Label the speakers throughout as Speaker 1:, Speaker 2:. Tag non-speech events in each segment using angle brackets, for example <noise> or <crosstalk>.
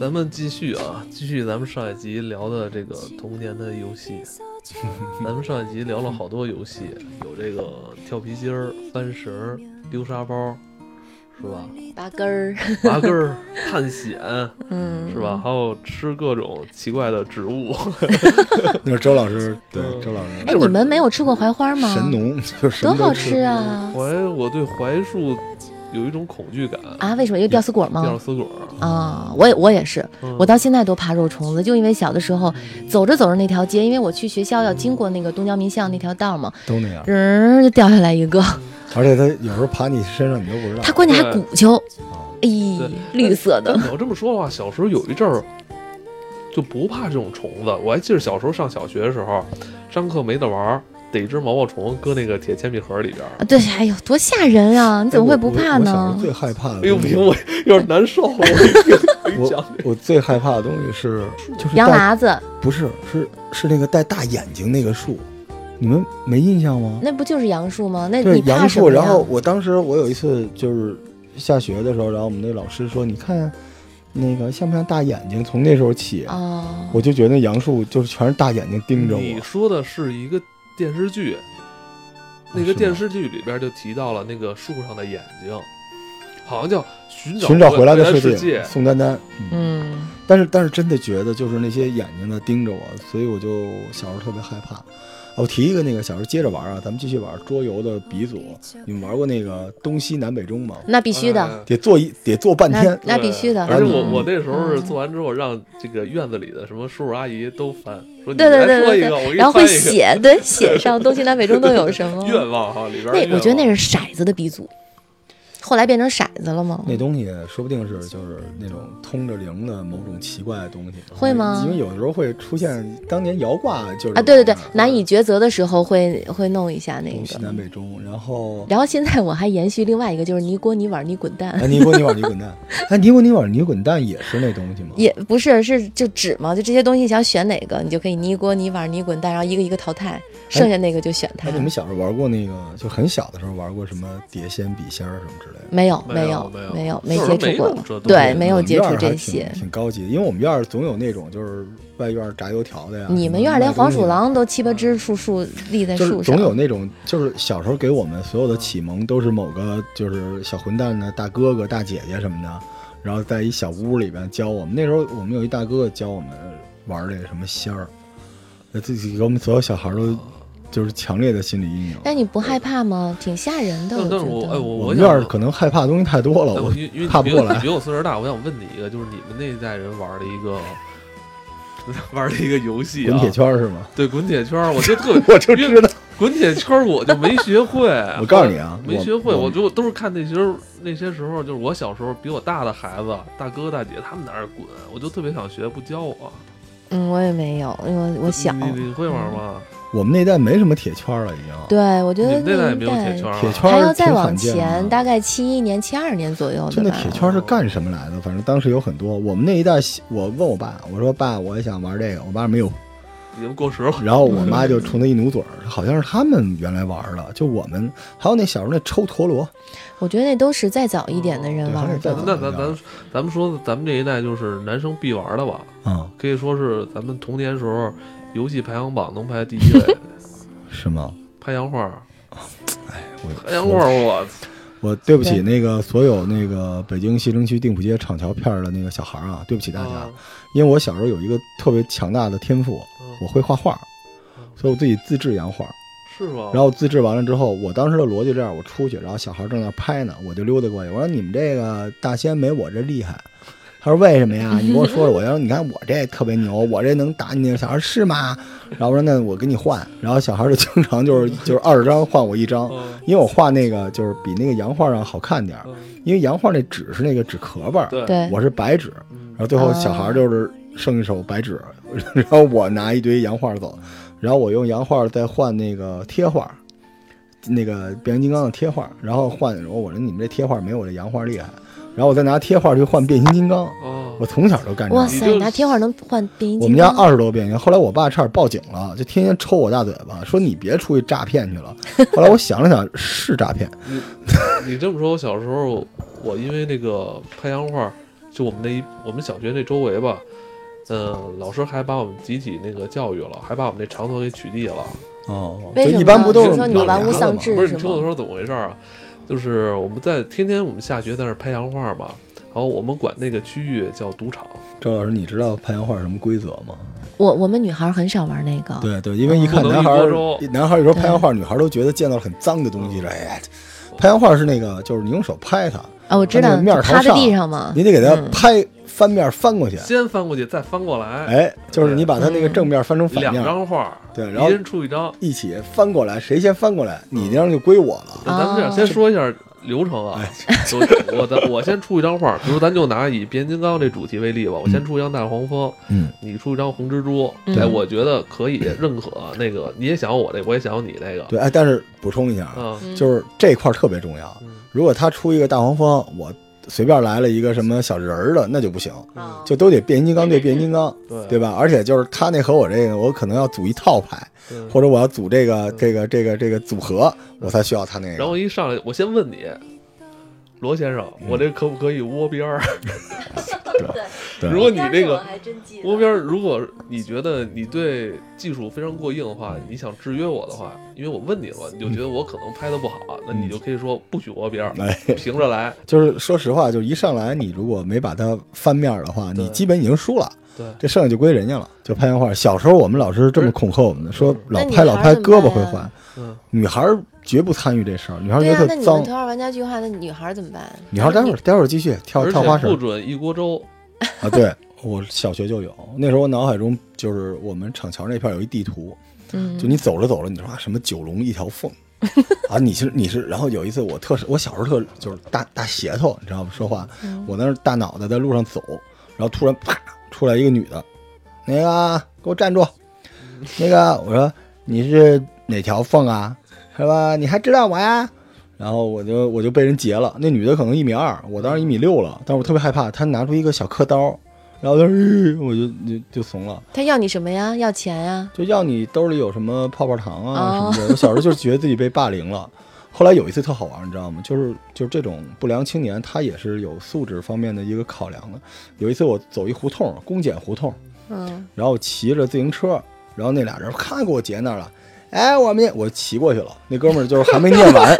Speaker 1: 咱们继续啊，继续咱们上一集聊的这个童年的游
Speaker 2: <laughs>
Speaker 1: 戏。咱们上一集聊了好多游戏，有这个跳皮筋儿、翻绳儿、丢沙包，是吧？
Speaker 2: 拔根儿，
Speaker 1: 拔根
Speaker 2: <laughs>
Speaker 1: 儿、探险，
Speaker 2: 嗯，
Speaker 1: 是吧？？还有吃各种奇怪的植
Speaker 2: <laughs>
Speaker 1: 物。
Speaker 3: 那是周老师，对
Speaker 1: 嗯
Speaker 3: 周老师，
Speaker 2: 哎，你们没有吃过槐花吗？
Speaker 3: 神农 <laughs> 就是什
Speaker 2: 多
Speaker 3: 么
Speaker 2: 好
Speaker 3: 都
Speaker 2: 吃啊！
Speaker 1: 槐，哎我对槐树有一种恐惧感，
Speaker 2: 啊，为什么？因为吊死果
Speaker 1: 吊
Speaker 2: 吗？
Speaker 1: 死果。
Speaker 2: 啊，我也我也是，
Speaker 1: 嗯
Speaker 2: 我到现在都怕肉虫子，就因为小的时候走着走着那条街，因为我去学校要经过那个东交民巷那条道嘛，
Speaker 3: 都那样，
Speaker 2: 人儿就掉下来一个，
Speaker 3: 而且他有时候爬你身上你都不知道
Speaker 2: 它。关键还
Speaker 1: 对
Speaker 2: 鼓秋，
Speaker 3: 啊
Speaker 2: 哎
Speaker 1: 对，
Speaker 2: 绿色的
Speaker 1: 但，你要这么说的话，小时候有一阵儿就不怕这种虫子。我还记得小时候上小学的时候，上课没得玩儿，逮一只毛毛虫搁那个铁铅笔盒里边
Speaker 3: <laughs>
Speaker 1: 儿。
Speaker 2: 啊对，哎呦，多吓人啊！你怎么会不怕
Speaker 3: 我我小时候
Speaker 2: 呢？
Speaker 3: 最害怕的东
Speaker 1: 哎
Speaker 3: 西，
Speaker 1: 呦不行，我有点难受。我
Speaker 3: <laughs>
Speaker 1: 一听你讲
Speaker 3: 我我最害怕的东西是就是
Speaker 2: 杨
Speaker 3: 带
Speaker 2: 喇子，
Speaker 3: 不是是是那个带大眼睛那个树，你们没印象吗？
Speaker 2: 那不就是杨树吗？那
Speaker 3: 对
Speaker 2: 你怕
Speaker 3: 杨
Speaker 2: 什
Speaker 3: 树，
Speaker 2: 么
Speaker 3: 然
Speaker 2: 呀？
Speaker 3: 后我当时我有一次就是下学的时候，然后我们那老师说，你看那个像不像大眼睛？从那时候起，
Speaker 2: 哦，
Speaker 3: 我就觉得杨树就是全是大眼睛盯着我。
Speaker 1: 你说的是一个电视剧，那
Speaker 3: 啊是
Speaker 1: 个
Speaker 3: 吗
Speaker 1: 电视剧里边就提到了那个树上的眼睛，好像叫《寻
Speaker 3: 寻找
Speaker 1: 回
Speaker 3: 回来的
Speaker 1: 世
Speaker 3: 世界，宋丹丹。嗯，
Speaker 2: 嗯，
Speaker 3: 但是但是真的觉得就是那些眼睛在盯着我，所以我就小时候特别害怕。哦我提一个那个小时候接着玩啊，咱们继续玩桌游的鼻祖。你们玩过那个东西南北中吗？
Speaker 2: 那必须的。
Speaker 1: 哎
Speaker 3: 得坐一得坐半天，
Speaker 2: 那必须的
Speaker 1: 而且我
Speaker 3: 嗯
Speaker 1: 我那时候是做完之后，让这个院子里的什么叔叔阿姨都翻，说你
Speaker 2: 对对
Speaker 1: 来
Speaker 2: 对
Speaker 1: 说
Speaker 2: 对
Speaker 1: 一个，我给
Speaker 2: 对，
Speaker 1: 你
Speaker 2: 然后会
Speaker 1: 翻一个。
Speaker 2: 写，对，写上东西南北中都有什
Speaker 3: <laughs>
Speaker 2: 么。
Speaker 1: 愿望哈，里边儿愿
Speaker 2: 嗯那
Speaker 1: 望
Speaker 2: 我觉得那是骰子的鼻祖，后来变成骰子了吗？
Speaker 3: 那东西说不定是就是那种通着灵的某种奇怪的东西，
Speaker 2: 会吗
Speaker 3: 因为有的时候会出现当年摇挂就是
Speaker 2: 啊，对对对
Speaker 3: 玩意儿，
Speaker 2: 难以抉择的时候会会弄一下那
Speaker 3: 东西
Speaker 2: 个
Speaker 3: 南。北中，然后
Speaker 2: 然后现在我还延续另外一个，就是你锅你碗你滚蛋，
Speaker 3: 哎尼古尼瓦尼滚蛋，哎尼古尼瓦尼滚蛋也是那东西吗？
Speaker 2: 也不是是就纸嘛，就这些东西你想选哪个，你就可以你锅你碗你滚蛋，然后一个一个淘汰，剩下那个就选它
Speaker 3: 哎，。你们小时候玩过那个？就很小的时候玩过什么碟仙、笔仙儿什么之类的？
Speaker 2: 没有
Speaker 1: 没有
Speaker 2: 有
Speaker 1: 没有
Speaker 2: 没有
Speaker 1: 那
Speaker 2: 没
Speaker 1: 会儿
Speaker 2: 接
Speaker 1: 没
Speaker 2: 触
Speaker 1: 有
Speaker 2: 过，
Speaker 1: 这东
Speaker 2: 对，
Speaker 1: 西
Speaker 2: 没
Speaker 3: 我
Speaker 2: 有
Speaker 3: 们
Speaker 2: 接
Speaker 3: 院
Speaker 2: 触
Speaker 3: 儿还
Speaker 2: 这
Speaker 3: 挺
Speaker 2: 些。
Speaker 3: 挺高级的。因为我们院儿总有那种就是外院儿炸油条的呀。
Speaker 2: 你们
Speaker 3: 什么
Speaker 2: 院儿连
Speaker 3: 卖东
Speaker 2: 黄
Speaker 3: 西
Speaker 2: 鼠
Speaker 3: 的，
Speaker 2: 狼都七八只树树立在
Speaker 3: 就是
Speaker 2: 树上
Speaker 3: 总，有那种就是小时候给我们所有的启蒙都是某个就是小混蛋的大哥哥、大姐姐什么的，然后在一小屋里边教我们。那时候我们有一大哥哥教我们玩儿这个什么仙儿，呃自己给我们所有小孩儿都就是强烈的心理阴影。
Speaker 2: 但你不害怕吗？挺吓人的，
Speaker 1: 但但是
Speaker 2: 觉
Speaker 1: 我
Speaker 2: 得。
Speaker 1: 哎
Speaker 3: 我
Speaker 1: 我
Speaker 3: 们
Speaker 1: 想
Speaker 3: 院儿可能害怕的东西太多了，
Speaker 1: 哎
Speaker 2: 呃
Speaker 3: 我
Speaker 1: 我因因为
Speaker 3: 怕
Speaker 1: 你比
Speaker 3: 不过
Speaker 1: 我你
Speaker 3: 来
Speaker 1: 比我岁数大，我想问你一个，就是你们那一代人玩的一个 <laughs> 玩的一个游戏
Speaker 3: 滚
Speaker 1: 啊
Speaker 3: 铁，圈儿是吗？
Speaker 1: 对滚铁圈儿，我就特别
Speaker 3: 我就知道，
Speaker 1: 滚铁圈儿我就没学会
Speaker 3: <laughs> 。我告诉你啊
Speaker 1: 哎 <laughs> 没
Speaker 3: 我
Speaker 1: 学会，
Speaker 3: 我
Speaker 1: 我就都是看那时候那些时候，就是我小时候比我大的孩子、大哥大姐他们在那儿滚，我就特别想学，不教我。
Speaker 2: 嗯，我也没有，因为我我小。
Speaker 1: 你你你会玩吗？
Speaker 3: 我们那代没什么铁圈儿了，已经。
Speaker 2: 对，我觉
Speaker 1: 你
Speaker 2: 得
Speaker 1: 们那代
Speaker 2: 那
Speaker 1: 也没有铁
Speaker 2: 一
Speaker 1: 圈
Speaker 2: 代
Speaker 1: 儿啊，
Speaker 3: 铁圈
Speaker 2: 还
Speaker 3: 儿
Speaker 2: 要再
Speaker 3: 挺
Speaker 2: 往
Speaker 3: 罕见
Speaker 2: 前，
Speaker 3: 的
Speaker 2: 大概七一年、七二年左右
Speaker 3: 就
Speaker 2: 的
Speaker 3: 那
Speaker 2: 吧。
Speaker 3: 铁圈儿是干什么来的？反正当时有很多。我们那一代，我问我爸，我说爸，我也想玩这个。我爸没有，
Speaker 1: 已经过时了。
Speaker 3: 然后我妈就冲他一努嘴儿，好像是他们原来玩儿的，就我们还有那小时候那抽陀螺，
Speaker 2: 我觉得那都是再早一点的人
Speaker 3: 对还
Speaker 2: 玩
Speaker 3: 得再
Speaker 2: 的。
Speaker 1: 那咱咱咱们说，咱们这一代就是男生必玩的吧，
Speaker 3: 啊、
Speaker 1: 可以说是咱们童年时候游戏排行榜能排第一位。 <laughs>
Speaker 3: 是吗？
Speaker 1: 拍洋画，
Speaker 3: 我
Speaker 1: 拍洋画，哎
Speaker 3: <laughs>
Speaker 1: 我
Speaker 3: 我对不起
Speaker 2: 对
Speaker 3: 那个所有那个北京西城区定浦街厂桥片儿的那个小孩儿啊，对不起大家。
Speaker 2: 哦
Speaker 1: 啊
Speaker 3: 因为我小时候有一个特别强大的天赋，我会画画
Speaker 1: 嗯，
Speaker 3: 所以我自己自制洋画。
Speaker 1: 是吗？
Speaker 3: 然后自制完了之后，我当时的逻辑这样：我出去，然后小孩正在那拍呢，我就溜达过去，我说你们这个大仙没我这厉害。他说为什么呀？你跟我说说。我要说你看我这特别牛，我这能打你那个小孩是吗？然后我说那我给你换。然后小孩就经常就是就是二十张换我一张，
Speaker 1: 嗯，
Speaker 3: 因为我画那个就是比那个洋画上好看点儿，
Speaker 1: 嗯
Speaker 3: 因为洋画那纸是那个纸壳儿，
Speaker 1: 对
Speaker 2: 对，
Speaker 3: 我是白纸，
Speaker 1: 嗯
Speaker 3: 然后最后小孩
Speaker 2: 啊
Speaker 3: 就是剩一手白纸， <laughs> 然后我拿一堆洋画走，然后我用洋画再换那个贴画，那个变形金刚的贴画，然后换我我说你们这贴画没我这洋画厉害，然后我再拿贴画去换变形金刚，
Speaker 1: 哦
Speaker 3: 我，从小就干这
Speaker 2: 哇
Speaker 3: 个。
Speaker 2: 塞，
Speaker 1: 你就
Speaker 2: 拿贴画能换变形
Speaker 3: 我们
Speaker 2: 金
Speaker 3: 家
Speaker 2: 刚。
Speaker 3: 二十多变形，后来我爸差点报警了，就天天抽我大嘴巴，说你别出去诈骗去了。后来我想了想，是诈骗，
Speaker 1: 你这么说，我小时候我因为那个拍洋画就我们那一我们小学那周围吧，呃，老师还把我们集体那个教育了，还把我们那长头给取缔了。
Speaker 3: 哦，
Speaker 2: 为
Speaker 3: 就
Speaker 2: 什么
Speaker 3: 一般不都是
Speaker 2: 你说你
Speaker 3: 老
Speaker 2: 玩物
Speaker 3: 娘的
Speaker 2: 丧
Speaker 3: 吗
Speaker 2: 志
Speaker 1: 不是
Speaker 2: 是
Speaker 1: 你听我
Speaker 2: 吗
Speaker 1: 说怎么回事儿啊？就是我们在天天我们下学在那儿拍洋画嘛，然后我们管那个区域叫赌场。
Speaker 3: 周老师，你知道拍洋画什么规则吗？
Speaker 2: 我我们女孩儿很少玩那个，
Speaker 3: 对对，因为一看
Speaker 1: 不能
Speaker 3: 男
Speaker 1: 啊一
Speaker 3: 孩
Speaker 1: 锅
Speaker 3: 儿
Speaker 1: 粥，
Speaker 3: 男孩儿有时候拍洋画，女孩儿都觉得见到了很脏的东西了。哎呀，拍洋画是那个，就是你用手拍它，
Speaker 2: 啊，我知
Speaker 3: 它那
Speaker 2: 道
Speaker 3: 个面儿朝
Speaker 2: 趴在地
Speaker 3: 上
Speaker 2: 上嘛，
Speaker 3: 你得给它
Speaker 2: 嗯
Speaker 3: 拍翻面翻过去。
Speaker 1: 先翻过去，再翻过来，
Speaker 3: 哎，就是你把它那个正面翻成反
Speaker 1: 嗯两
Speaker 3: 面，
Speaker 1: 张画，
Speaker 3: 对然后
Speaker 1: 一人出一张。
Speaker 2: 哦
Speaker 3: 一起翻过来，谁先翻过来，
Speaker 1: 嗯
Speaker 3: 你那张就归我了。
Speaker 1: 那咱们这样先说一下流程
Speaker 3: 哎
Speaker 1: 啊。我我的我先出一张画，比如咱就拿以变形金刚这主题为例吧，我先出一张大黄蜂，
Speaker 3: 嗯，
Speaker 1: 你出一张红蜘蛛，
Speaker 2: 嗯
Speaker 1: 哎，我觉得可以认可那个，你也想要我这，我也想要你那个，
Speaker 3: 对，哎，但是补充一下啊，
Speaker 1: 嗯，
Speaker 3: 就是这块儿特别重要
Speaker 1: 嗯。
Speaker 3: 如果他出一个大黄蜂，我随便来了一个什么小人儿的，那就不行，
Speaker 2: 啊
Speaker 3: 就都得变形金刚对变形金刚，
Speaker 1: 嗯对
Speaker 3: 对吧？而且就是他那和我这个，我可能要组一套牌，
Speaker 1: 嗯
Speaker 3: 或者我要组这个
Speaker 2: 嗯
Speaker 3: 这个这个这个组合，我才需要他那个。
Speaker 1: 然后一上来，我先问你，罗先生，
Speaker 3: 嗯
Speaker 1: 我这可不可以窝边儿？<laughs>
Speaker 3: 对
Speaker 1: 如果你这个
Speaker 2: 还真记
Speaker 1: 窝边儿，如果你觉得你对技术非常过硬的话，
Speaker 3: 嗯
Speaker 1: 你想制约我的话，因为我问你了，你就觉得我可能拍的不好，那你就可以说不许窝边儿，
Speaker 3: 嗯哎，
Speaker 1: 平着
Speaker 3: <laughs>
Speaker 1: 来。
Speaker 3: 就是说实话，就是一上来你如果没把它翻面儿的话，
Speaker 1: 对
Speaker 3: 你基本已经输了，
Speaker 1: 对，
Speaker 3: 这剩下就归人家了。就拍洋画，小时候我们老师这么恐吓我们的，说
Speaker 2: 嗯那
Speaker 3: 老
Speaker 2: 女孩
Speaker 3: 拍老
Speaker 2: 儿
Speaker 3: 拍
Speaker 2: 怎么
Speaker 3: 胳膊
Speaker 2: 办
Speaker 3: 会
Speaker 2: 呀
Speaker 3: 坏，
Speaker 1: 嗯，
Speaker 3: 女孩儿绝不参与这事儿，女孩儿
Speaker 2: 对
Speaker 3: 觉
Speaker 2: 呀、
Speaker 3: 得
Speaker 2: 那
Speaker 3: 特
Speaker 2: 你们
Speaker 3: 脏
Speaker 2: 头。号玩家计划，那女孩儿怎么办？
Speaker 3: 女孩儿待会儿待会儿继续跳
Speaker 1: 而
Speaker 3: 跳花
Speaker 1: 且
Speaker 3: 绳
Speaker 1: 不准一锅粥。
Speaker 3: 啊！对我小学就有，那时候我脑海中就是我们厂桥那片儿有一地图，
Speaker 2: 嗯，
Speaker 3: 就你走着走着，你说啊什么九龙一条凤啊，你是你是，然后有一次我特是我小时候特就是大大舌头，你知道吗？说话，我那儿大脑袋在路上走，然后突然啪出来一个女的，那个给我站住，那个我说你是哪条凤啊？是吧？你还知道我呀？然后我就我就被人截了，那女的可能一米二，我当时一米六了，但是我特别害怕，她拿出一个小刻刀，然后她、呃我就就就怂了。
Speaker 2: 他要你什么呀？要钱呀？
Speaker 3: 就要你兜里有什么泡泡糖啊
Speaker 2: 哦
Speaker 3: 什么的。我小时候就觉得自己被霸凌了。后来有一次特好玩，你知道吗？就是就是这种不良青年，他也是有素质方面的一个考量的。有一次我走一胡同，公检胡同，
Speaker 2: 嗯，
Speaker 3: 然后我骑着自行车，然后那俩人咔给我截那儿了。哎，我们我骑过去了，那哥们儿就是还没念完，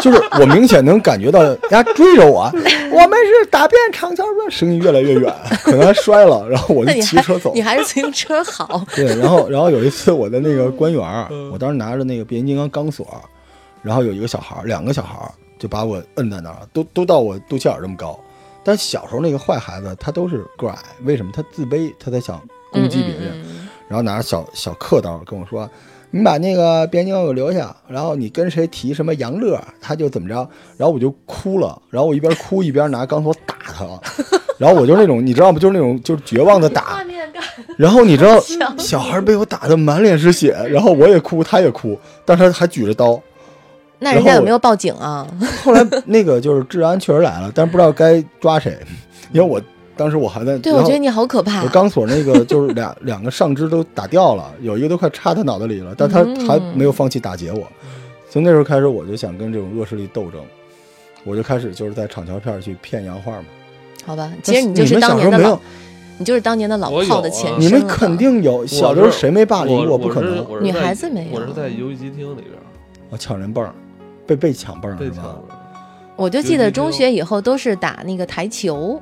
Speaker 3: 就是我明显能感觉到人家追着我，我们是打遍长桥村，声音越来越远，可能还摔了，然后我
Speaker 2: 那
Speaker 3: 就
Speaker 2: 你
Speaker 3: 骑
Speaker 2: 还
Speaker 3: 车走了。
Speaker 2: 你。还是自行车好
Speaker 3: <laughs> 对，然后然后有一次我在那个官园儿
Speaker 1: 嗯，
Speaker 3: 我当时拿着那个变形金刚钢索，然后有一个小孩儿，两个小孩儿就把我摁在那儿，都都到我肚脐眼儿这么高。但小时候那个坏孩子，他都是个矮，为什么？他自卑，他才想攻击别人。
Speaker 2: 嗯嗯嗯
Speaker 3: 然后拿着小小刻刀跟我说：“你把那个变形金刚给我留下，然后你跟谁提什么杨乐，他就怎么着。”然后我就哭了，然后我一边哭一边拿钢索打他， <laughs> 然后我就是那种你知道吗？就是那种就是绝望的打。然后你知道
Speaker 1: <laughs>
Speaker 3: 小孩被我打的满脸是血，然后我也哭，他也哭，但是他还举着刀。
Speaker 2: 那人家
Speaker 3: 然后
Speaker 2: 有没有报警啊？ <laughs>
Speaker 3: 后来那个就是治安确实来了，但是不知道该抓谁，因为我当时我还在
Speaker 2: 对，
Speaker 3: 然
Speaker 2: 我
Speaker 3: 后
Speaker 2: 觉得你好可怕
Speaker 3: 我。钢索那个就是
Speaker 2: <laughs>
Speaker 3: 两两个上肢都打掉了，有一个都快插他脑袋里了，但他
Speaker 2: 嗯
Speaker 3: 还没有放弃打劫我。从那时候开始，我就想跟这种恶势力斗争，我就开始就是在厂桥片儿去骗洋画嘛。
Speaker 2: 好吧，其实你
Speaker 3: 但
Speaker 2: 就是
Speaker 3: 们
Speaker 2: 当
Speaker 3: 小时
Speaker 2: 年
Speaker 3: 候
Speaker 2: 的
Speaker 3: 没有
Speaker 2: 老，，你就是当年的老
Speaker 1: 我有
Speaker 2: 炮的
Speaker 1: 啊
Speaker 2: 前身了。
Speaker 3: 你们肯定有。小时候谁没霸凌
Speaker 1: 我
Speaker 3: 过？
Speaker 1: 我
Speaker 3: 不可能
Speaker 1: 是，我是
Speaker 2: 女
Speaker 1: 在
Speaker 2: 孩子没
Speaker 1: 我
Speaker 2: 有
Speaker 1: 是在游戏机厅里边儿
Speaker 3: 我抢人泵儿，被被抢泵儿
Speaker 1: 被
Speaker 3: 是
Speaker 1: 抢
Speaker 3: 吧？
Speaker 1: 了。
Speaker 2: 我就记得中学以后都是打那个台球，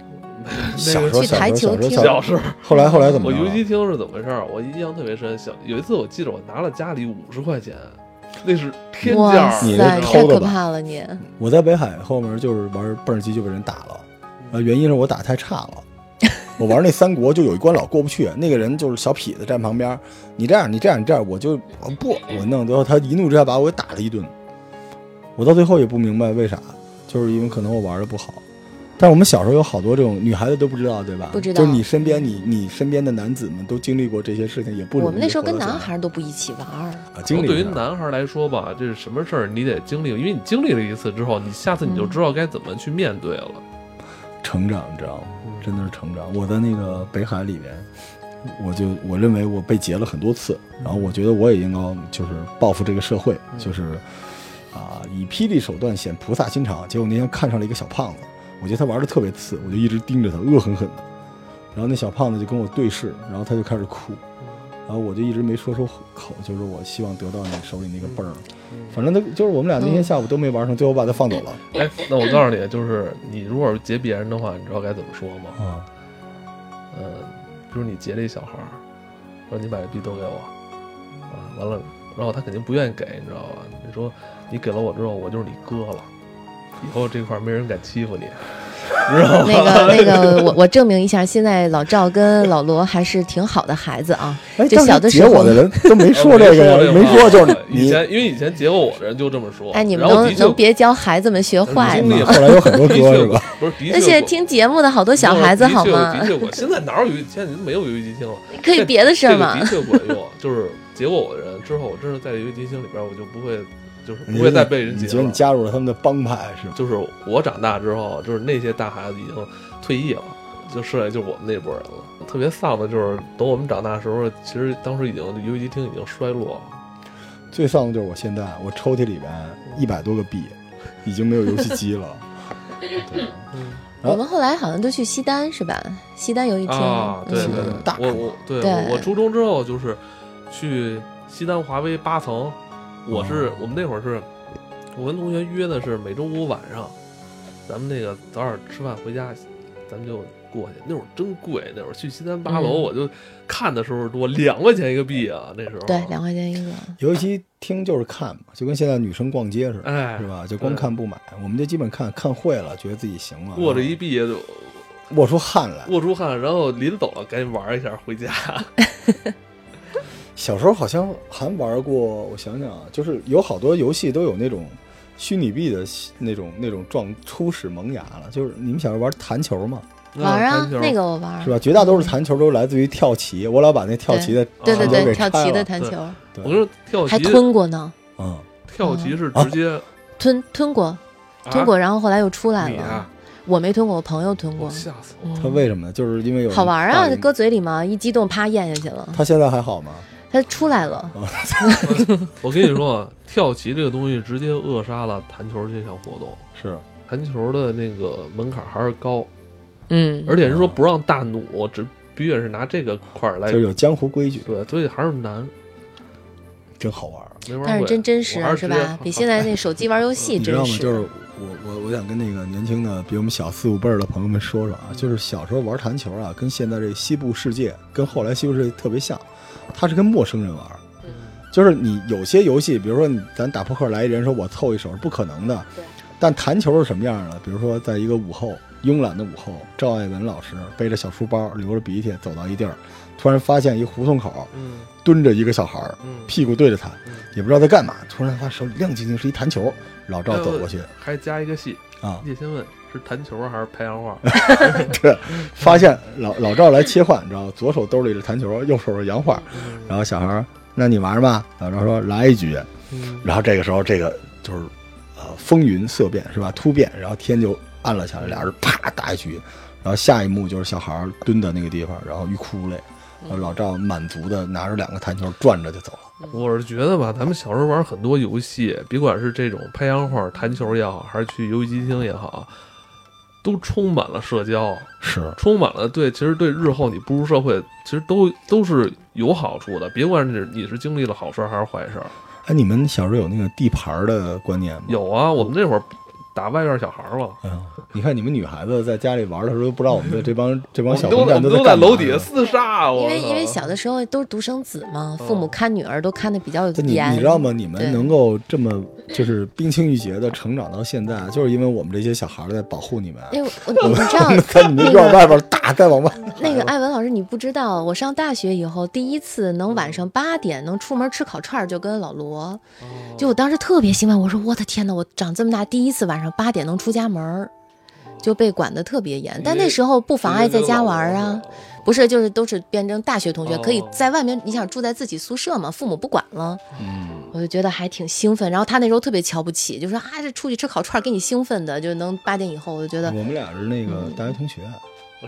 Speaker 3: 小时候
Speaker 2: 去
Speaker 3: 小
Speaker 2: 台
Speaker 3: 时候
Speaker 2: 球
Speaker 3: 小时
Speaker 2: 厅
Speaker 3: 候
Speaker 1: 小
Speaker 3: 小时
Speaker 1: 时候，
Speaker 3: 候，后来后来怎么
Speaker 1: 我
Speaker 3: 着
Speaker 1: 游戏
Speaker 3: 了？
Speaker 1: 机厅是怎么回事儿？我印象特别深。小有一次，我记得我拿了家里五十块钱，那是天价
Speaker 2: 哇
Speaker 1: 儿，
Speaker 3: 你
Speaker 2: 塞，
Speaker 3: 那
Speaker 1: 知道
Speaker 2: 太
Speaker 1: 吗
Speaker 3: 偷的
Speaker 2: 可
Speaker 3: 吧
Speaker 2: 怕了你！
Speaker 3: 我在北海后面就是玩蹦儿机就被人打了，
Speaker 2: 嗯
Speaker 3: 呃，原因是我打太差了。我玩那三国就有一关老过不去，那个人就是小痞子站旁边儿，你这样你这样你这样，我就我不我弄，最后他一怒之下把我给打了一顿。我到最后也不明白为啥，就是因为可能我玩的不好。但是我们小时候有好多这种女孩子都不知道，对吧？
Speaker 2: 不知道
Speaker 3: 就你身边你你身边的男子们都经历过这些事情，也不容易
Speaker 2: 我们那时候跟
Speaker 3: 活到
Speaker 2: 男
Speaker 3: 现
Speaker 2: 孩儿都不一起玩
Speaker 1: <laughs>
Speaker 2: 儿，
Speaker 3: 在啊，经历
Speaker 1: 对于
Speaker 3: 一下
Speaker 1: 男孩来说吧，这是什么事儿你得经历，因为你经历了一次之后，你下次你
Speaker 2: 嗯
Speaker 1: 就知道该怎么去面对了。
Speaker 3: 成长，你知道吗？真的是成长。我在那个北海里面，我就我认为我被劫了很多次，然后我觉得我也应该就是报复这个社会，就是啊、以霹雳手段显菩萨心肠。结果那天看上了一个小胖子，我觉得他玩的特别次，我就一直盯着他，恶狠狠的。然后那小胖子就跟我对视，然后他就开始哭，然后我就一直没说出口，就是我希望得到你手里那个泵儿。反正他就是我们俩那天下午都没玩成，最后把他放走了。
Speaker 1: 哎，那我告诉你，就是你如果是截别人的话，你知道该怎么说吗？
Speaker 3: 啊，
Speaker 1: 嗯，比如你截这小孩儿，说你把这逼都给我，啊，完了，然后他肯定不愿意给，你知道吧？你说你给了我之后，我就是你哥了，以后这块儿没人敢欺负你，知道吗？
Speaker 2: 那个那个，我我证明一下，现在老赵跟老罗还是挺好的孩子啊。
Speaker 3: 哎，
Speaker 2: 就
Speaker 3: 但是
Speaker 2: 小的时
Speaker 3: 截我
Speaker 2: 候 <laughs>
Speaker 3: 的人都没说
Speaker 1: 这啊
Speaker 3: 这个呀，没说就是
Speaker 1: 以
Speaker 3: 你。
Speaker 1: 前，因为以前截过我的人就这么说。
Speaker 2: 哎，你们
Speaker 1: 然后的
Speaker 2: 能
Speaker 1: 确
Speaker 2: 能别教孩子们学坏
Speaker 1: 经历过
Speaker 2: 吗？
Speaker 3: 后来有很
Speaker 1: <laughs>
Speaker 3: 多
Speaker 1: 的
Speaker 3: 歌
Speaker 1: 确
Speaker 3: 是
Speaker 1: 过
Speaker 3: 吧？，
Speaker 1: 不是的确
Speaker 2: 而且
Speaker 1: 过
Speaker 2: 听节目的好多小孩子好吗
Speaker 1: 的？确有的确过，现在哪有游戏现在没有游戏机
Speaker 2: <laughs>
Speaker 1: 厅了？
Speaker 2: 可以别的事儿吗
Speaker 1: 这个？的确管用，就是结果我的人之后，我真是在游戏机厅里边，我就不会，就是
Speaker 3: 你
Speaker 1: 不会再被人
Speaker 3: 你
Speaker 1: 截
Speaker 3: 觉得
Speaker 1: 了
Speaker 3: 你。加入了他们的帮派是吧？
Speaker 1: 就是我长大之后，就是那些大孩子已经退役了，就剩下就是我们那波人了。特别丧的就是，等我们长大的时候，其实当时已经游戏机厅已经衰落了。
Speaker 3: 最丧的就是我现在，我抽屉里边一百多个币，已经没有游戏机了。 <laughs> 对
Speaker 1: 嗯
Speaker 2: 我们后来好像都去西单是吧？西单游戏厅，
Speaker 1: 啊，对
Speaker 2: 嗯
Speaker 1: 对对
Speaker 3: 嗯，大
Speaker 1: 我我对
Speaker 2: 对
Speaker 1: 我我初中之后就是去西单华威八层，我是、
Speaker 3: 哦
Speaker 1: 我们那会儿是，我跟同学约的是每周五晚上，咱们那个早点吃饭回家，咱们就过去。那会儿真贵，那会儿去西单八楼
Speaker 2: 嗯
Speaker 1: 我就看的时候多，两块钱一个币啊，那时候
Speaker 2: 对，两块钱一个，
Speaker 3: 游戏机厅就是看嘛，就跟现在女生逛街似的，
Speaker 1: 哎
Speaker 3: 是吧？就光看不买，我们就基本看看会了，觉得自己行了，
Speaker 1: 握着一币也就
Speaker 3: 握出汗来。
Speaker 1: 握出汗，然后临走了赶紧玩一下回家。
Speaker 3: 小时候好像还玩过，我想想啊，就是有好多游戏都有那种虚拟币的那种那种状初始萌芽了。就是你们小时候玩弹球嘛，
Speaker 2: 玩啊
Speaker 1: 弹球，
Speaker 2: 那个我玩，
Speaker 3: 是吧？绝大
Speaker 2: 嗯
Speaker 3: 多数弹球都来自于跳棋，我老把那跳棋的
Speaker 2: 对对
Speaker 3: 弹球
Speaker 2: 对，
Speaker 3: 给
Speaker 2: 跳
Speaker 3: 拆
Speaker 2: 棋的
Speaker 3: 了。
Speaker 2: 弹
Speaker 1: 对
Speaker 2: 球，
Speaker 1: 啊我跟你说跳
Speaker 2: 还
Speaker 1: 棋，
Speaker 2: 吞嗯过呢，
Speaker 3: 嗯，
Speaker 1: 跳棋是
Speaker 3: 啊
Speaker 1: 直接、
Speaker 2: 吞吞过，
Speaker 1: 啊
Speaker 2: 吞过，然后后来又出来
Speaker 1: 你啊
Speaker 2: 了。我没吞过，我朋友吞
Speaker 1: 我
Speaker 2: 过。
Speaker 1: 吓死我了。
Speaker 2: 嗯
Speaker 3: 他为什么呢？就是因为有
Speaker 2: 好玩
Speaker 3: 大
Speaker 2: 啊，
Speaker 3: 人
Speaker 2: 搁嘴里嘛，一激动啪咽下去了，
Speaker 3: 他现在还好吗？
Speaker 2: 它出来了。
Speaker 1: 我跟你说，啊，跳棋这个东西直接扼杀了弹球这项活动。
Speaker 3: 是，
Speaker 1: 弹球的那个门槛还是高，
Speaker 2: 嗯，
Speaker 1: 而且是说不让大弩，只必须得是拿这个块儿来
Speaker 3: 就是。有江湖规矩，
Speaker 1: 对，所以还是难，
Speaker 3: 真好玩。
Speaker 1: 没玩
Speaker 2: 但是
Speaker 1: 会啊
Speaker 2: 真真
Speaker 1: 我
Speaker 2: 实
Speaker 1: 还
Speaker 2: 是
Speaker 1: 直接
Speaker 2: 吧？比现在那手机玩游戏
Speaker 3: 你知道
Speaker 2: 真
Speaker 3: 吗？
Speaker 2: 实。
Speaker 3: 就是我我我想跟那个年轻的比我们小四五辈儿的朋友们说说啊，就是小时候玩弹球啊，跟现在这西部世界跟后来西部世界特别像，他是跟陌生人玩儿。
Speaker 1: 嗯
Speaker 3: 就是你有些游戏，比如说你咱打扑克来一人说我凑一手是不可能的
Speaker 2: 对，
Speaker 3: 但弹球是什么样的？比如说在一个午后，慵懒的午后，赵爱文老师背着小书包，流着鼻涕走到一地儿，突然发现一胡同口
Speaker 1: 嗯
Speaker 3: 蹲着一个小孩儿，
Speaker 1: 嗯，
Speaker 3: 屁股对着他
Speaker 1: 嗯，
Speaker 3: 也不知道在干嘛，突然他手里亮晶晶是一弹球，老赵走过去
Speaker 1: 还加一个戏，
Speaker 3: 啊，
Speaker 1: 叶先问是弹球还是拍洋
Speaker 3: <laughs>
Speaker 1: 画？
Speaker 3: 对，发现老老赵来切换，你知道，左手兜里是弹球，右手是洋画，然后小孩儿，那你玩吧，老赵说来一局，
Speaker 1: 嗯
Speaker 3: 然后这个时候这个就是呃风云色变是吧，突变，然后天就暗了下来，俩人啪打一局，然后下一幕就是小孩儿蹲在那个地方，然后欲哭无泪，
Speaker 1: 嗯
Speaker 3: 然后老赵满足的拿着两个弹球转着就走了，
Speaker 1: 我是觉得吧，咱们小时候玩很多游戏，别管是这种拍洋画、弹球也好，还是去游戏机厅也好，都充满了社交。
Speaker 3: 是。
Speaker 1: 充满了对，其实对日后你步入社会，其实都都是有好处的。别管你是你是经历了好事儿还是坏事儿，
Speaker 3: 哎，你们小时候有那个地盘儿的观念吗？
Speaker 1: 有啊。我们那会儿打外院小孩儿嘛，
Speaker 3: 嗯，你看你们女孩子在家里玩的时候，都不知道我们的这帮这
Speaker 1: 我
Speaker 3: 帮
Speaker 1: 们
Speaker 3: 小
Speaker 1: 都
Speaker 3: 混
Speaker 1: 我
Speaker 3: 蛋
Speaker 1: 们
Speaker 3: 在
Speaker 1: 都
Speaker 3: 干嘛
Speaker 1: 楼底下
Speaker 3: 呢
Speaker 1: 厮杀。啊我
Speaker 2: 因为
Speaker 1: 操
Speaker 2: 因为小的时候都是独生子嘛，
Speaker 1: 嗯
Speaker 2: 父母看女儿都看的比较
Speaker 3: 就你
Speaker 2: 严。
Speaker 3: 你知道吗？你
Speaker 2: 对
Speaker 3: 们能够这么就是冰清玉洁的成长到现在，就是因为我们这些小孩儿在保护你们。
Speaker 2: 因为我哎我你知道
Speaker 3: <laughs> 我们在你们院外边打，再往外。
Speaker 2: 那个艾文老师，你不知道，我上大学以后第一次能晚上八点能出门吃烤串儿，就跟老罗，就我当时特别兴奋，我说我的天呐，我长这么大第一次晚上八点能出家门儿，就被管得特别严。但那时候不妨碍在家玩儿啊，不是，就是都是变成大学同学，
Speaker 1: 哦
Speaker 2: 可以在外面，你想住在自己宿舍嘛，父母不管了，
Speaker 3: 嗯，
Speaker 2: 我就觉得还挺兴奋。然后他那时候特别瞧不起，就说啊，这出去吃烤串儿给你兴奋的，就能八点以后，我就觉得
Speaker 3: 我们俩是那个大学同学，
Speaker 1: 啊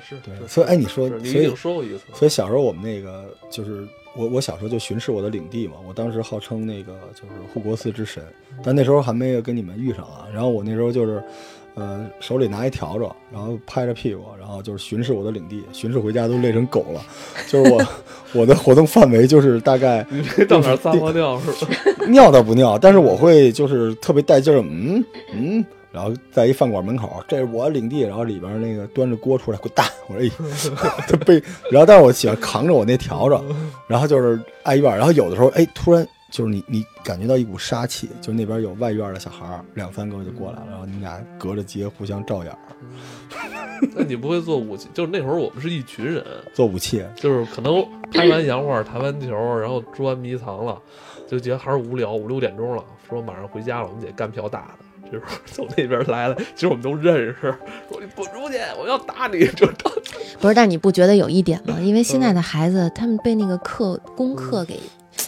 Speaker 1: 是，
Speaker 3: 对
Speaker 1: 是
Speaker 3: 所以哎你说
Speaker 1: 是你
Speaker 3: 所以
Speaker 1: 已经说过一次，
Speaker 3: 所以小时候我们那个就是我我小时候就巡视我的领地嘛，我当时号称那个就是护国寺之神，但那时候还没有跟你们遇上啊。然后我那时候就是，呃，手里拿一笤帚，然后拍着屁股，然后就是巡视我的领地，巡视回家都累成狗了。就是我 <laughs> 我的活动范围就是大概
Speaker 1: 你这到哪儿撒泡尿是吧？
Speaker 3: <laughs> 尿倒不尿，但是我会就是特别带劲儿，嗯嗯，然后在一饭馆门口，这是我领地，然后里边那个端着锅出来，滚蛋！我说，哎， <laughs> 他被，然后但是我喜欢扛着我那笤帚，然后就是挨院儿，然后有的时候，哎，突然就是你你感觉到一股杀气，就是那边有外院的小孩儿两三个就过来了，然后你俩隔着街互相照眼
Speaker 2: <laughs>
Speaker 3: 儿，
Speaker 1: 那你不会做武器？就是那会儿我们是一群人，
Speaker 3: 做武器，
Speaker 1: 就是可能拍完洋画、弹完球，然后捉完迷藏了，就觉得还是无聊，五六点钟了，说马上回家了，我们得干票大的。这时候从那边来了，其实我们都认识，说你滚出去，我要打你，就到
Speaker 2: 不是，但你不觉得有一点
Speaker 3: 嗯
Speaker 2: 吗？因为现在的孩子，他们被那个课功课给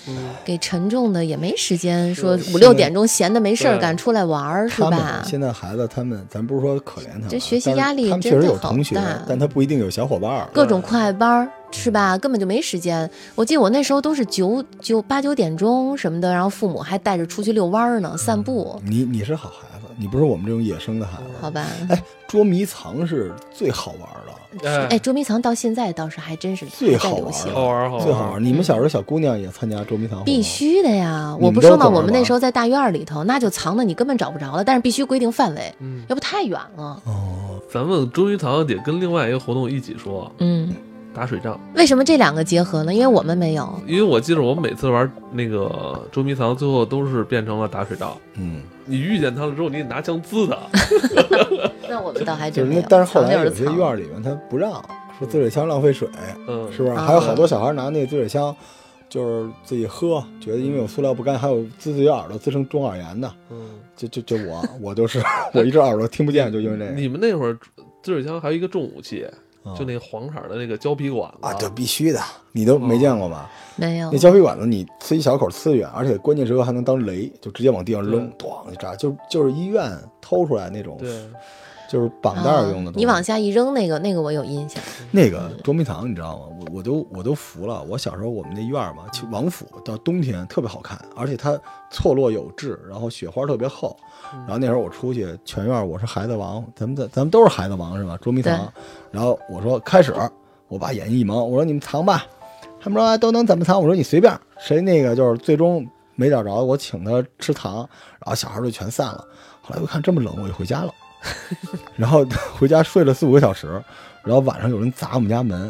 Speaker 3: 嗯
Speaker 2: 给沉重的，也没时间说
Speaker 1: 是
Speaker 2: 五六点钟闲的没事儿
Speaker 1: 对
Speaker 2: 干出来玩儿，是
Speaker 3: 他们
Speaker 2: 吧？
Speaker 3: 现在孩子他们，咱不是说可怜他们啊，
Speaker 2: 这学习
Speaker 3: 但是
Speaker 2: 压力
Speaker 3: 他们
Speaker 2: 真
Speaker 3: 确实
Speaker 2: 的
Speaker 3: 有
Speaker 2: 好
Speaker 3: 同学
Speaker 2: 大，
Speaker 3: 但他不一定有小伙伴儿。
Speaker 2: 各种快班儿是吧？根本就没时间。我记得我那时候都是九九八九点钟什么的，然后父母还带着出去遛弯儿
Speaker 3: 嗯
Speaker 2: 呢，散步，
Speaker 3: 你你是好孩子，你不是我们这种野生的孩子。
Speaker 2: 好吧？
Speaker 3: 哎，捉迷藏是最好玩儿的，
Speaker 1: <laughs> 哎
Speaker 2: 哎，，捉迷藏到现在倒是还真是
Speaker 3: 最
Speaker 2: 在
Speaker 3: 好
Speaker 2: 流
Speaker 3: 玩
Speaker 2: 行
Speaker 3: 了。
Speaker 1: 好玩儿好玩儿，
Speaker 3: 最好玩儿。你们小时候小姑娘也参加捉迷藏活动吗？
Speaker 2: 必须的呀！
Speaker 3: 你
Speaker 2: 我
Speaker 3: 们
Speaker 2: 不
Speaker 3: 都
Speaker 2: 说嘛，
Speaker 3: 懂了
Speaker 2: 我们
Speaker 3: 吧
Speaker 2: 那时候在大院儿里头，那就藏的你根本找不着了，但是必须规定范围，
Speaker 1: 嗯，
Speaker 2: 要不太远了。
Speaker 3: 哦，
Speaker 1: 咱们捉迷藏得跟另外一个活动一起说，
Speaker 2: 嗯，
Speaker 1: 打水仗。
Speaker 2: 为什么这两个结合呢？因为我们没有。
Speaker 1: 因为我记得我每次玩那个捉迷藏，最后都是变成了打水仗。
Speaker 3: 嗯，
Speaker 1: 你遇见他了之后，你得拿枪滋他。
Speaker 2: 那我们倒还
Speaker 3: 就
Speaker 2: 真
Speaker 3: 是
Speaker 2: 没
Speaker 3: 那
Speaker 2: 有。，
Speaker 3: 但是后来
Speaker 2: 藏就
Speaker 3: 有
Speaker 2: 是
Speaker 3: 些
Speaker 2: 藏
Speaker 3: 院儿里面他不让，说自水枪浪费水，
Speaker 1: 嗯，
Speaker 3: 是不是？
Speaker 2: 啊
Speaker 3: 还有好多小孩拿那自水枪，就是自己喝，觉得因为有塑料不干，还有滋自己耳朵滋成中耳炎的。
Speaker 1: 嗯，
Speaker 3: 就就就我，我就是 <laughs> 我一只耳朵听不见，就因为这个。
Speaker 1: 你们那会儿滋水枪还有一个重武器，
Speaker 3: 啊
Speaker 1: 就那个黄色儿的那个胶皮管子
Speaker 3: 啊，这必须的，你都没见过吧？
Speaker 2: 没有
Speaker 3: 那。胶皮管子你呲一小口呲远，而且关键时刻还能当雷，就直接往地上扔，咣一炸，就就是医院偷出来那种，
Speaker 1: 对，
Speaker 3: 就是绑带儿用的
Speaker 2: 啊
Speaker 3: 东西。
Speaker 2: 你往下一扔，那个那个我有印象。
Speaker 3: 那个捉迷藏，你知道吗？我我都我都服了。我小时候我们那院儿嘛，去王府到冬天特别好看，而且它错落有致，然后雪花特别厚。然后那时候我出去，全院儿我是孩子王，咱们在咱们都是孩子王是吧？捉迷藏
Speaker 2: 对。
Speaker 3: 然后我说开始，我把眼一蒙，我说你们藏吧。他们说、啊都能怎么藏？我说你随便，谁那个就是最终没找着，我请他吃糖，然后小孩儿就全散了。后来我一看这么冷，我就回家了。 <laughs> 然后回家睡了四五个小时，然后晚上有人砸我们家门，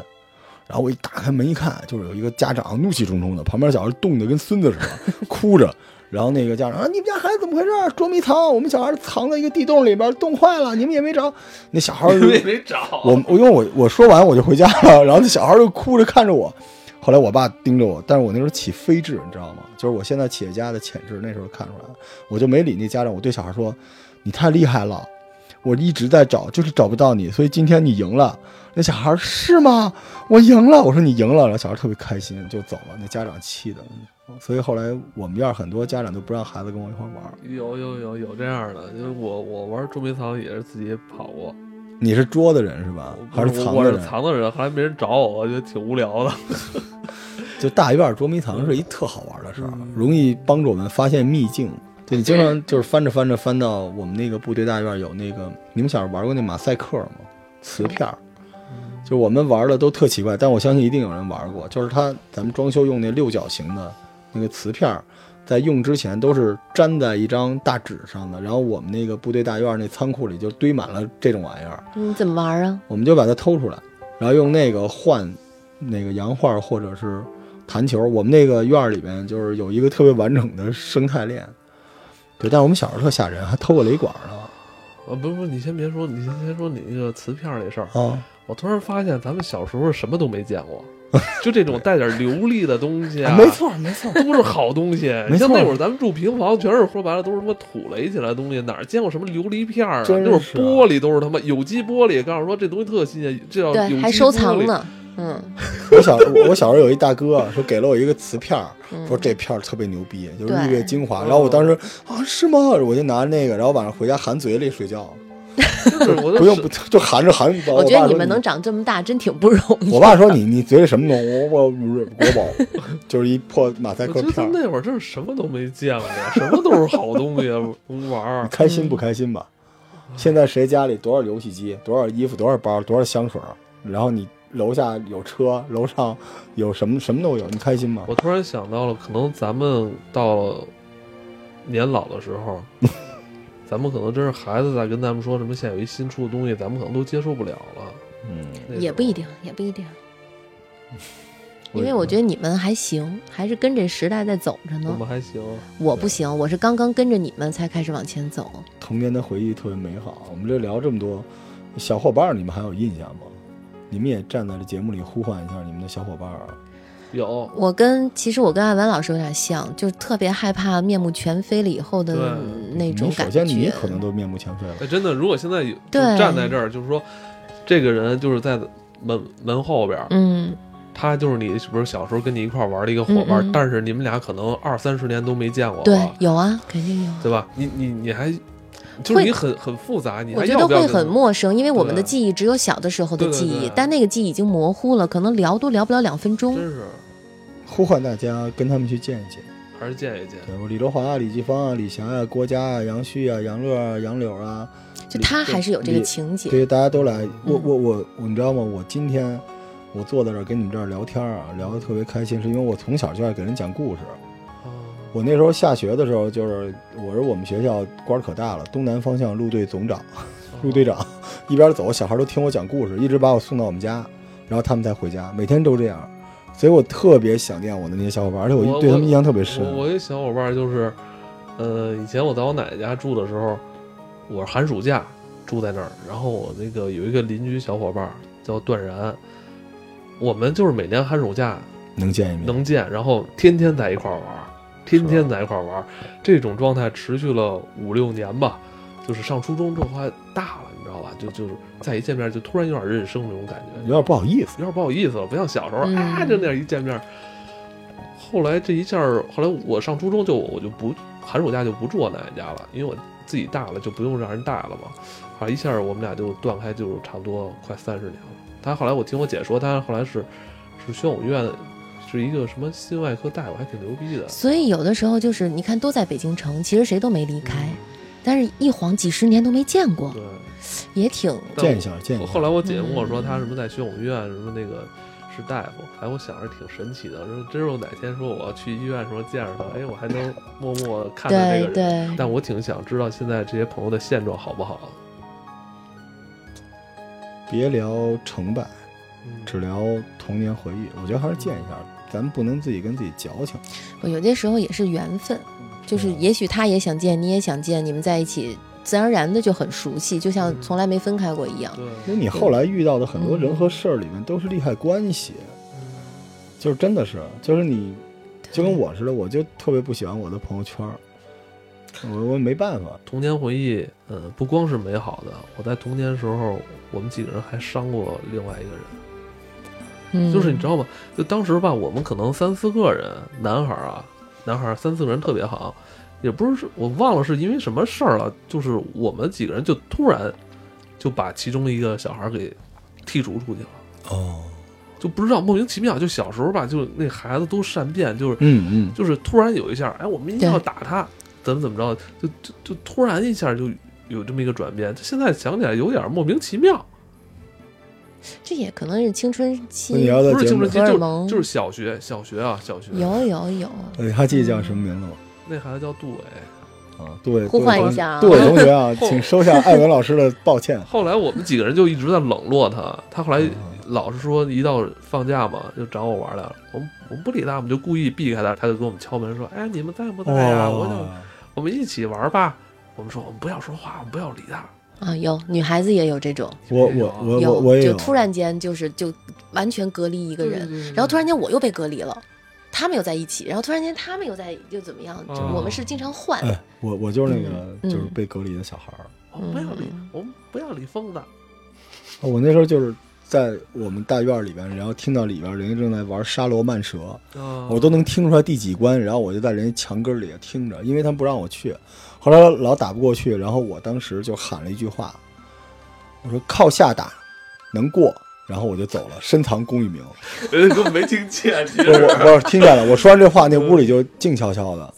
Speaker 3: 然后我一打开门一看，就是有一个家长怒气冲冲的，旁边小孩冻得跟孙子似的，哭着。然后那个家长啊，你们家孩子怎么回事？捉迷藏，我们小孩藏在一个地洞里边，冻坏了，你们也没着。那小孩
Speaker 1: <laughs>
Speaker 3: 儿
Speaker 1: 因为没找。
Speaker 3: 我我因为我我说完我就回家了，然后那小孩就哭着看着我。后来我爸盯着我，但是我那时候起飞智，你知道吗？就是我现在企业家的潜质，那时候看出来了，我就没理那家长。我对小孩说：“你太厉害了，我一直在找，就是找不到你，所以今天你赢了。”那小孩是吗？我赢了。我说你赢了，然后小孩特别开心就走了。那家长气的，所以后来我们院儿很多家长都不让孩子跟我一块儿玩儿。
Speaker 1: 有有有有这样的，因为我我玩捉迷藏也是自己跑过，
Speaker 3: 你是捉的人是吧
Speaker 1: 我？
Speaker 3: 还是藏
Speaker 1: 我
Speaker 3: 的
Speaker 1: 是
Speaker 3: 人？
Speaker 1: 藏的人，后来没人找我，我觉得挺无聊的。 <laughs>
Speaker 3: 就大院捉迷藏是一特好玩的事儿，容易帮助我们发现秘境。对你经常就是翻着翻着翻到我们那个部队大院有那个，你们小时候玩过那马赛克吗？瓷片儿，就是我们玩的都特奇怪，但我相信一定有人玩过。就是它咱们装修用那六角形的那个瓷片儿，在用之前都是粘在一张大纸上的，然后我们那个部队大院那仓库里就堆满了这种玩意儿。
Speaker 2: 你怎么玩啊？
Speaker 3: 我们就把它偷出来，然后用那个换那个洋画或者是弹球。我们那个院儿里面就是有一个特别完整的生态链，对。但是我们小时候特吓人，还偷过雷管呢。
Speaker 1: 啊，不是不是，你先别说，你先先说你那个瓷片儿那事儿。
Speaker 3: 啊，
Speaker 1: 我突然发现咱们小时候什么都没见
Speaker 3: <laughs>
Speaker 1: 过，就这种带点流利的东西啊，
Speaker 3: 没，错没错，
Speaker 1: 都是好东
Speaker 2: <laughs>
Speaker 1: 西。
Speaker 3: 没
Speaker 1: 你像
Speaker 3: 错
Speaker 1: 那会儿咱们住平房，全是说白了都是什么土垒起来的东西，哪儿见过什么琉璃片儿啊？
Speaker 3: 真
Speaker 1: 那会儿
Speaker 3: 是啊
Speaker 1: 玻璃都是他妈有机玻璃，告诉说这东西特新鲜，这叫有
Speaker 2: 对，
Speaker 1: 机
Speaker 2: 还收
Speaker 1: 玻
Speaker 2: 藏
Speaker 1: 璃。
Speaker 2: 呢。嗯，
Speaker 3: 我小我我小时候有一大哥说给了我一个瓷片儿，
Speaker 2: 嗯
Speaker 3: 说这片儿特别牛逼，就是
Speaker 2: 对
Speaker 3: 日月精华。然后我当时啊是吗？我就拿那个，然后晚上回家含嘴里睡觉，
Speaker 1: 就是 <laughs> 我就
Speaker 3: 不用不就含着含。我
Speaker 2: 我觉
Speaker 3: 爸
Speaker 2: 得你
Speaker 3: 说
Speaker 2: 们能长这么大，真挺不容易。
Speaker 3: 我爸说你你嘴里什么东西？我我国宝，就是一破马赛
Speaker 1: 我
Speaker 3: 克
Speaker 1: 觉得
Speaker 3: 片
Speaker 1: 咱
Speaker 3: 儿。
Speaker 1: 那会儿真 <laughs> 是什么都没见过，什么都是好东西，玩
Speaker 3: 你
Speaker 1: 儿。
Speaker 3: 开心不开心吧？现在谁家里多少游戏机、多少衣服、多少包、多少香水儿，然后你楼下有车，楼上有什么什么都有，你开心吗？
Speaker 1: 我突然想到了，可能咱们到了年老的时
Speaker 3: <laughs>
Speaker 1: 候，咱们可能真是孩子在跟咱们说什么现在有一新出的东西，咱们可能都接受不了了。
Speaker 3: 嗯，
Speaker 1: 那
Speaker 2: 也
Speaker 1: 种
Speaker 2: 不一定，也不一定，因为
Speaker 3: 什
Speaker 2: 我
Speaker 3: 么
Speaker 2: 觉得你们还行，还是跟着时代在走着
Speaker 1: 我
Speaker 2: 呢。
Speaker 1: 们还行。
Speaker 2: 我不行，我是刚刚跟着你们才开始往前走。
Speaker 3: 童年的回忆特别美好。我们这聊这么多，小伙伴儿，你们还有印象吗？你们也站在这节目里呼唤一下你们的小伙伴儿啊。
Speaker 1: 有
Speaker 2: 我跟其实我跟艾文老师有点像，就是特别害怕面目全非了以后的
Speaker 1: 对
Speaker 2: 那种
Speaker 3: 你
Speaker 2: 感
Speaker 3: 首
Speaker 2: 觉。
Speaker 3: 先你可能都面目全非了。
Speaker 1: 哎，真的，如果现在有就
Speaker 2: 对
Speaker 1: 站在这儿，就是说，这个人就是在门门后边儿，
Speaker 2: 嗯，
Speaker 1: 他就是你，是不是小时候跟你一块儿玩儿的一个伙伴儿？
Speaker 2: 嗯嗯
Speaker 1: 但是你们俩可能二三十年都没见过了，
Speaker 2: 对，有啊，肯定有啊。
Speaker 1: 哦对吧？你你你还就是
Speaker 2: 会
Speaker 1: 你很很复杂，你
Speaker 2: 我
Speaker 1: 还
Speaker 2: 觉
Speaker 1: 要
Speaker 2: 得
Speaker 1: 不要
Speaker 2: 会
Speaker 1: 跟他
Speaker 2: 很陌生，因为我们的
Speaker 1: 对啊
Speaker 2: 记忆只有小的时候的
Speaker 1: 对对
Speaker 2: 记忆
Speaker 1: 对，
Speaker 2: 但那个记忆已经模糊了，可能聊都聊不了两分钟
Speaker 1: 真。是
Speaker 3: 呼唤大家跟他们去见一见。
Speaker 1: 还是见一见。
Speaker 3: 对我李德华啊、李继芳啊、李翔啊、郭嘉啊、杨旭啊、杨乐啊、杨柳啊，
Speaker 2: 就他还是有这个
Speaker 3: 理
Speaker 2: 情节，
Speaker 3: 对，大家都来。我
Speaker 2: 嗯
Speaker 3: 我我我，你知道吗？我今天我坐在这儿跟你们这儿聊天儿啊，聊得特别开心，是因为我从小就爱给人讲故事。
Speaker 1: 哦
Speaker 3: 我那时候下学的时候，就是我是我们学校官儿可大了，东南方向路队总长、路队，长， <laughs> 一边走，小孩都听我讲故事，一直把我送到我们家，然后他们才回家，每天都这样。所以我特别想念我的那些小伙伴，而且
Speaker 1: 我
Speaker 3: 我对他们
Speaker 1: 我
Speaker 3: 印象特别深。
Speaker 1: 我我一小伙伴儿就是，呃，以前我在我奶奶家住的时候，我是寒暑假住在那儿，然后我那个有一个邻居小伙伴儿叫段然，我们就是每年寒暑假
Speaker 3: 能见一面，
Speaker 1: 能见，然后天天在一块儿玩儿，天天在一块儿玩儿，这种状态持续了五六年吧。就是上初中之后还大了，你知道吧？就就是再一见面就突然有点认生那种感觉，
Speaker 3: 有点不好意思。
Speaker 1: 有点不好意思了，不像小时候、
Speaker 2: 嗯
Speaker 1: 啊，就那样一见面。后来这一下儿，后来我上初中就我就不寒暑假就不住我奶奶家了，因为我自己大了就不用让人带了嘛。啊，一下儿我们俩就断开，就是差不多快三十年了。他后来我听我姐说，他后来是是宣武医院是一个什么心外科大夫，还挺牛逼的。
Speaker 2: 所以有的时候就是你看，都在北京城，其实谁都没离开，但是一晃几十年都没见过，
Speaker 1: 嗯对，
Speaker 2: 也挺
Speaker 1: 但
Speaker 3: 见一下，见一
Speaker 1: 我
Speaker 3: 下。
Speaker 1: 后来我姐跟
Speaker 2: 嗯
Speaker 1: 我说，她什么在宣武医院什么那个是大夫，哎，我想着挺神奇的，说真有哪天说我要去医院的时候见着她，哎，我还能默默地看着这个
Speaker 2: 对
Speaker 1: 人。
Speaker 2: 对。
Speaker 1: 但我挺想知道现在这些朋友的现状好不好，
Speaker 3: 别聊成败，
Speaker 1: 嗯
Speaker 3: 只聊童年回忆。我觉得还是见一下，咱不能自己跟自己矫情。
Speaker 2: 我有些时候也是缘分，就是
Speaker 3: 嗯
Speaker 2: 也许他也想见，你也想见，你们在一起，自然而然的就很熟悉，就像
Speaker 1: 嗯
Speaker 2: 从来没分开过一样。
Speaker 1: 对，
Speaker 3: 因为你后来遇到的很多人和事儿里面都是利害关系，就是真的是，就是你，就跟我似的，我就特别不喜欢我的朋友圈儿，我我没办法。
Speaker 1: 童年回忆，呃，不光是美好的，我在童年时候，我们几个人还伤过另外一个人。
Speaker 2: 嗯，
Speaker 1: 就是你知道吗？就当时吧，我们可能三四个人，男孩儿啊，男孩儿三四个人特别好，也不是我忘了是因为什么事儿了，就是我们几个人就突然就把其中一个小孩儿给剔除出去了，
Speaker 3: 哦，
Speaker 1: 就不知道莫名其妙，就小时候吧，就那孩子都善变，就是
Speaker 3: 嗯嗯，
Speaker 1: 就是突然有一下，哎，我们一定要
Speaker 2: 对
Speaker 1: 打他，怎么怎么着，就就就突然一下就有这么一个转变，现在想起来有点莫名其妙。
Speaker 2: 这也可能是青春期
Speaker 3: 那，你要在
Speaker 1: 不是
Speaker 3: 节
Speaker 1: 青
Speaker 3: 目
Speaker 1: 春
Speaker 3: 里，
Speaker 1: 期，
Speaker 2: 荷尔
Speaker 1: 就是
Speaker 2: 蒙
Speaker 1: 就是小学，小学啊，小学。
Speaker 2: 嗯有有有，
Speaker 3: 哎还记得叫什么名字吗？
Speaker 1: 那孩子叫杜伟。
Speaker 3: 啊，杜伟，
Speaker 2: 呼唤
Speaker 3: 杜伟
Speaker 2: 一下啊 <laughs>
Speaker 3: 同杜伟同学啊，
Speaker 1: 后
Speaker 3: 请收下艾文老师的抱歉。
Speaker 1: 后来我们几个人就一直在冷落他，他后来
Speaker 3: 嗯
Speaker 1: 老是说一到放假嘛就找我玩来了，我们我们不理他，我们就故意避开他，他就跟我们敲门说：“哎，你们在不在呀、 <laughs>
Speaker 3: 哦
Speaker 1: 我想
Speaker 3: 哇
Speaker 1: 我们一起玩吧。”我们说我们不要说话，我们不要理他。
Speaker 2: 啊，有女孩子也有这种，
Speaker 3: 我我我
Speaker 2: 有
Speaker 3: 我我也
Speaker 2: 就
Speaker 3: 有，
Speaker 2: 突然间就是就完全隔离一个人，
Speaker 1: 对
Speaker 2: 然后突然间我又被隔离了，他们又在一起，然后突然间他们又在又怎么样？就
Speaker 1: 哦
Speaker 2: 我们是经常换，
Speaker 3: 哎，我我就是那个
Speaker 2: 嗯
Speaker 3: 就是被隔离的小孩儿。
Speaker 1: 我们不要理
Speaker 2: 嗯，
Speaker 1: 我们不要理疯子。啊
Speaker 3: 啊我那时候就是在我们大院里边，然后听到里边人家正在玩沙罗曼蛇，
Speaker 1: 啊 <laughs>
Speaker 3: 我都能听出来第几关，然后我就在人家墙根儿里听着，因为他们不让我去，后来老打不过去，然后我当时就喊了一句话，我说靠下打，能过。然后我就走了，深藏功与名。
Speaker 1: 人家根本没听见，你
Speaker 3: 我我我听见了，我说完这话，那屋里就静悄悄的。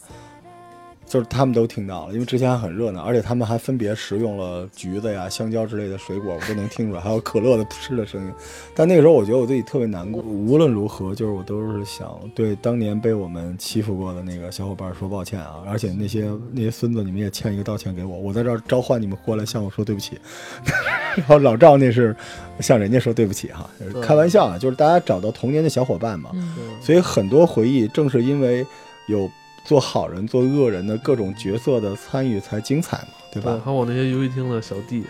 Speaker 3: 就是他们都听到了，因为之前还很热闹，而且他们还分别食用了橘子呀、香蕉之类的水果，我都能听出来，还有可乐的噗嗤的声音。但那个时候，我觉得我自己特别难过。无论如何，就是我都是想对当年被我们欺负过的那个小伙伴说抱歉啊，而且那些那些孙子，你们也欠一个道歉给我。我在这儿召唤你们过来，向我说对不起。 <laughs> 然后老赵那是向人家说对不起哈，就是开玩笑啊，就是大家找到童年的小伙伴嘛。
Speaker 2: 嗯，
Speaker 1: 对
Speaker 3: 所以很多回忆正是因为有做好人、做恶人的各种角色的参与才精彩嘛，对
Speaker 1: 对，
Speaker 3: 吧？
Speaker 1: 还有我那些游戏厅的小弟，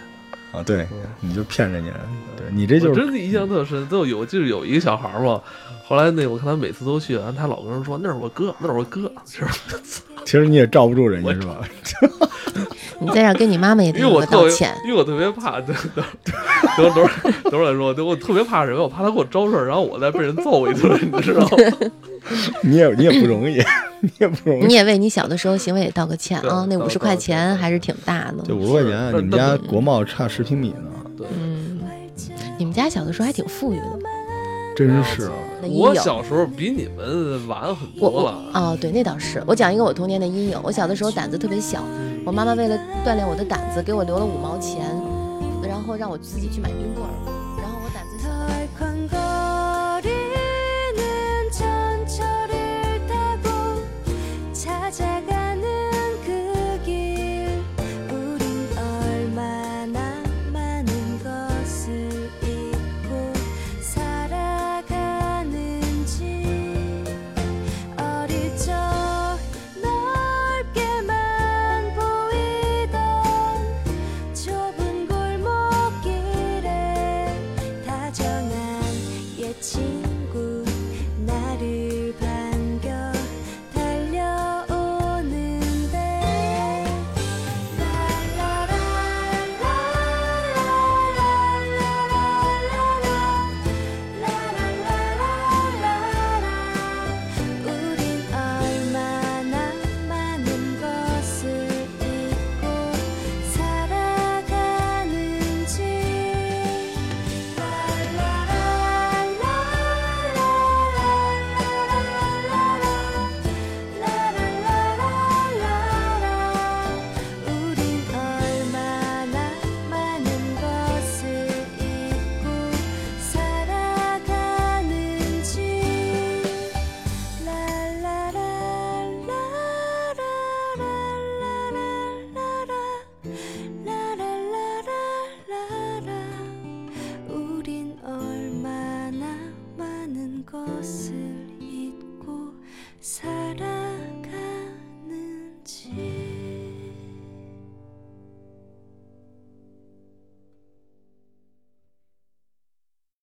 Speaker 3: 啊，对，
Speaker 1: 嗯，
Speaker 3: 你就骗人家，对你这就
Speaker 1: 我
Speaker 3: 是
Speaker 1: 真的印象特深。都有就是有一个小孩儿嘛，后来那我看他每次都去，完他老跟人说那是我哥，那是我哥，是吧
Speaker 3: 其实你也罩不住人家
Speaker 1: 我
Speaker 3: 是吧？
Speaker 2: 你在这儿跟你妈妈也得
Speaker 1: 因为
Speaker 2: 有
Speaker 1: 我
Speaker 2: 个
Speaker 1: 特
Speaker 2: 道
Speaker 1: 别
Speaker 2: 歉，，
Speaker 1: 因为我特别怕，等等等会儿等会儿再说，对我特别怕什么？我怕他给我招事儿，然后我再被人揍一顿，你知道
Speaker 3: <laughs>
Speaker 1: 吗？ <laughs>
Speaker 3: 你也你也不容易， <laughs> 你也不容
Speaker 2: 你
Speaker 3: 易。
Speaker 2: 也为你小的时候行为也道个歉
Speaker 1: 对
Speaker 2: 啊。那
Speaker 1: 道
Speaker 2: 五十
Speaker 1: 道
Speaker 2: 块
Speaker 1: 歉道
Speaker 2: 钱还是
Speaker 1: 歉
Speaker 2: 挺大的，
Speaker 3: 就五十块钱，啊
Speaker 1: 是
Speaker 3: 你们家国贸差十平米呢，
Speaker 1: 对，
Speaker 2: 嗯，你们家小的时候还挺富裕的，
Speaker 3: 真是啊！
Speaker 2: 那也
Speaker 1: 我
Speaker 2: 有。
Speaker 1: 小时候比你们晚很
Speaker 2: 我
Speaker 1: 多
Speaker 2: 我
Speaker 1: 了。
Speaker 2: 哦，对，那倒是。我讲一个我童年的阴影。我小的时候胆子特别小，我妈妈为了锻炼我的胆子，给我留了五毛钱，然后让我自己去买冰棍儿。然后我胆子小
Speaker 4: 덜
Speaker 2: 到
Speaker 4: 광거리는 전철을 타고 찾아가는 그 길 우린 얼마나 많은 것을 잊고 살아가는지 어릴 적 넓게만 보이던 좁은 골목길에 다정한 옛 친구 나를 반겨 달려오는데 우린 얼마나 많은 것을 잊고 살아가는지 우린 얼마나 많은 것을 잊고 살아가는지 라라라라라라라라라라라 우린 얼마나 많은 것을 잊고 살아